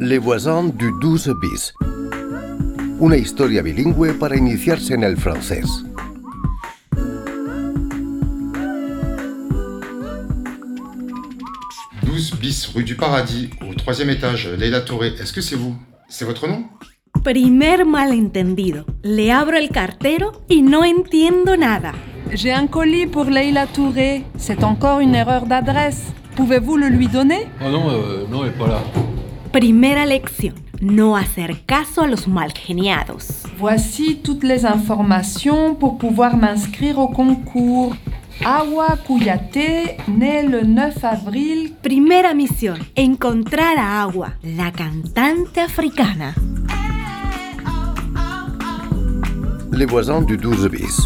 Les voisins du 12 bis. Una historia bilingüe para iniciarse en el francés. « 12 bis rue du Paradis, au troisième étage, Leila Touré, est-ce que c'est vous C'est votre nom Primer malentendido. Le abro el cartero y no entiendo nada. J'ai un colis pour Leila Touré. C'est encore une erreur d'adresse. Pouvez-vous le lui donner Ah non, euh, non, elle est pas là. Primera lección. No hacer caso a los malgeniados. Voici toutes les informations pour pouvoir m'inscrire au concours. Awa Kouyaté, née le 9 avril. Primera misión. Encontrar a Agua, la cantante africana. Les voisins du 12 bis.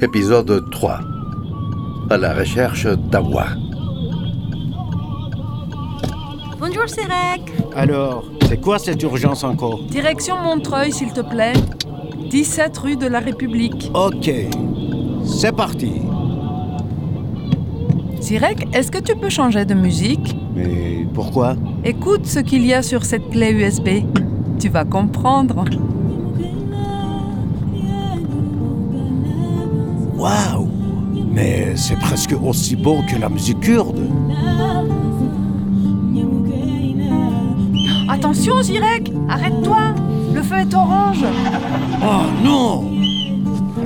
Épisode 3. À la recherche d'Awa. Bonjour Sirek Alors, c'est quoi cette urgence encore Direction Montreuil, s'il te plaît. 17 rue de la République. Ok, c'est parti. Sirek, est-ce que tu peux changer de musique Mais pourquoi Écoute ce qu'il y a sur cette clé USB. Tu vas comprendre. Waouh Mais c'est presque aussi beau que la musique kurde. Attention, Sirek Arrête-toi Le feu est orange Oh non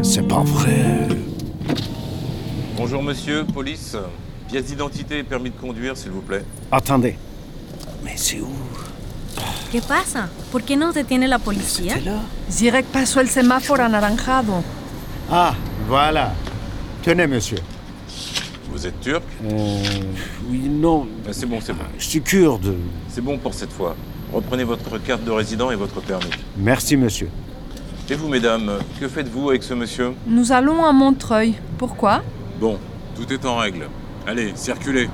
C'est pas vrai. Bonjour monsieur, police. Pièce d'identité et permis de conduire, s'il vous plaît. Attendez. Mais c'est où ¿Qué pasa? ¿Por qué nos detiene la policía? C'est là Sirek pasó el semáforo anaranjado. Ah, voilà. Tenez, monsieur. Vous êtes turc Euh, oui, non, Ah, C'est bon, c'est bon. je suis kurde. C'est bon pour cette fois. Reprenez votre carte de résident et votre permis. Merci, monsieur. Et vous, mesdames, que faites-vous avec ce monsieur Nous allons à Montreuil. Pourquoi Bon, tout est en règle. Allez, circulez.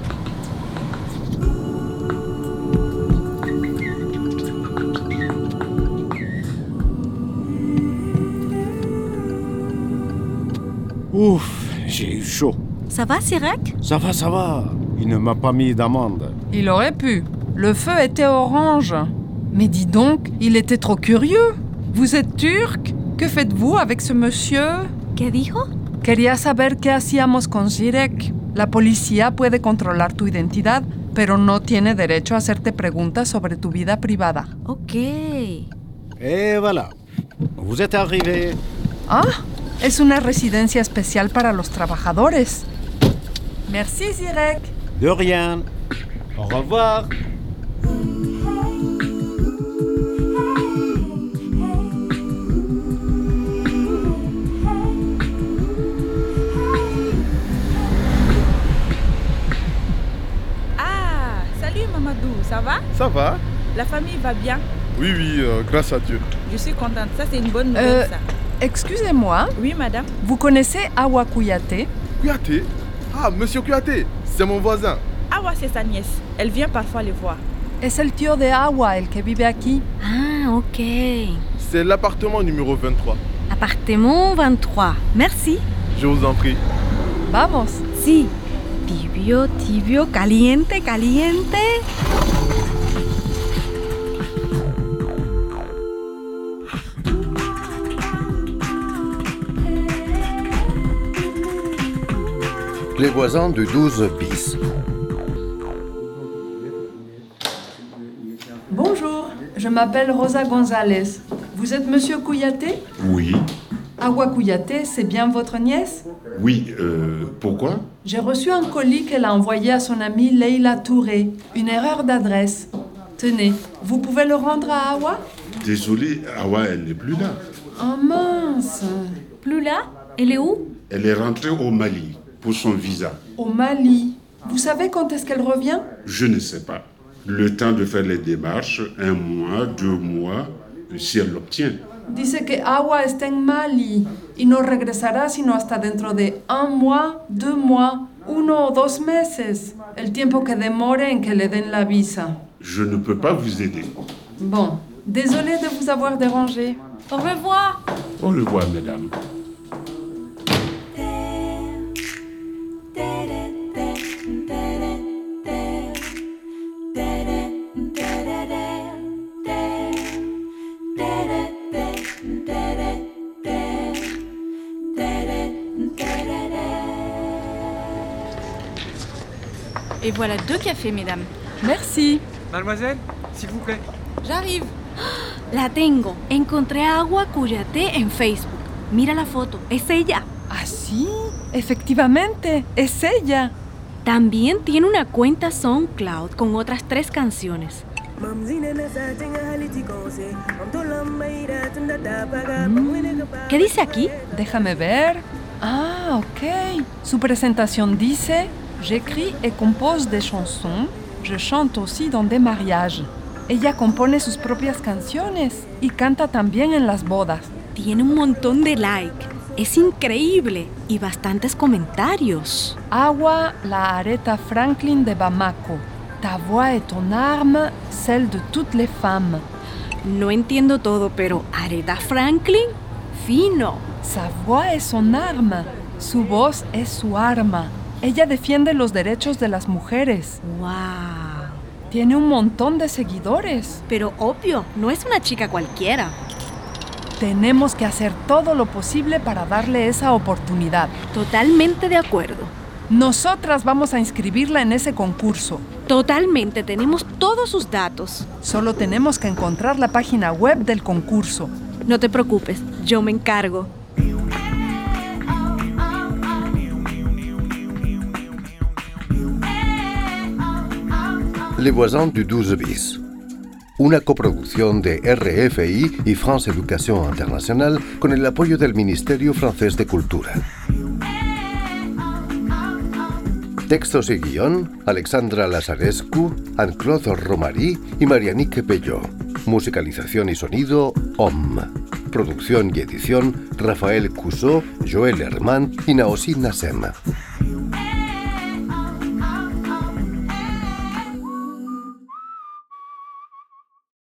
Ouf, j'ai eu chaud. ¿Ça va, Sirek? Ça va, ça va. Il ne m'a pas mis d'amende. Il aurait pu. Le feu était orange. Mais dis donc, il était trop curieux. Vous êtes turc Que faites-vous avec ce monsieur ¿Qué dijo? Quería saber qué hacíamos con Sirek. La policía puede controlar tu identidad, pero no tiene derecho a hacerte preguntas sobre tu vida privada. Ok. Et voilà. Vous êtes arrivé. Ah, es una residencia especial para los trabajadores. Merci, Sirek. De rien. Au revoir. Ah, salut Mamadou, ça va Ça va La famille va bien Oui, oui, euh, grâce à Dieu. Je suis contente, ça c'est une bonne nouvelle Euh. ça. Excusez-moi, Oui madame ¿vous connaissez Awa Kouyaté? Kouyaté Ah, monsieur Kouyaté, c'est mon voisin. Awa Ah c'est sa nièce, elle vient parfois le voir. Es el tío de Awa el que vive aquí. Ah, ok. C'est l'appartement numéro 23. Appartement 23. Merci. Je vous en prie. Vamos. Sí. Tibio, tibio, caliente, caliente. Les voisins du 12 bis. Bonjour, je m'appelle Rosa González. Vous êtes monsieur Kouyaté? Oui, Awa Kouyaté, c'est bien votre nièce? oui, euh, pourquoi J'ai reçu un colis qu'elle a envoyé à son amie Leila Touré. Une erreur d'adresse. Tenez, vous pouvez le rendre à Awa? Désolé, Awa, elle n'est plus là. Oh mince ¿Plus là? ¿Elle est où? Elle est rentrée au Mali pour son visa. Au Mali. Vous savez quand est-ce qu'elle revient Je ne sais pas. Le temps de faire les démarches, un mois, deux mois, si elle l'obtient. Dice que Agua está en Mali y no regresará sino hasta dentro de un mois, deux mois, uno o dos meses, el tiempo que demore en que le den la visa. Je ne peux pas vous aider. Bon, désolé de vous avoir dérangé. Au revoir. On le voit, mesdames. Et voilà deux cafés, mesdames. Merci. Mademoiselle, s'il vous plaît. J'arrive. La tengo. Encontré a Agua Cuyate en Facebook. Mira la foto. Es ella. ¿Ah, sí? Efectivamente, es ella. También tiene una cuenta SoundCloud con otras tres canciones. ¿Qué dice aquí? Déjame ver. Ah, ok. Su presentación dice, j'écris et compose des chansons, je chante aussi dans des mariages. Ella compone sus propias canciones y canta también en las bodas. Tiene un montón de likes. Es increíble y bastantes comentarios. Agua la areta Franklin de Bamako. Ta voix est ton arme, celle de toutes les femmes. No entiendo todo, pero Aretha Franklin, fino. Sa voix es son arma, su voz es su arma. Ella defiende los derechos de las mujeres. ¡Wow! Tiene un montón de seguidores. Pero obvio, no es una chica cualquiera. Tenemos que hacer todo lo posible para darle esa oportunidad. Totalmente de acuerdo. Nosotras vamos a inscribirla en ese concurso. Totalmente, tenemos todos sus datos. Solo tenemos que encontrar la página web del concurso. No te preocupes, yo me encargo. Les voisins du 12 bis. una coproducción de RFI y France Education International con el apoyo del Ministerio francés de Cultura. Textos y guión, Alexandra Lazarescu, Anne-Claude Romary y Marianique Pello. Musicalización y sonido, OM. Producción y edición, Rafael Cousseau, Joël Herman y Naosin Nassem.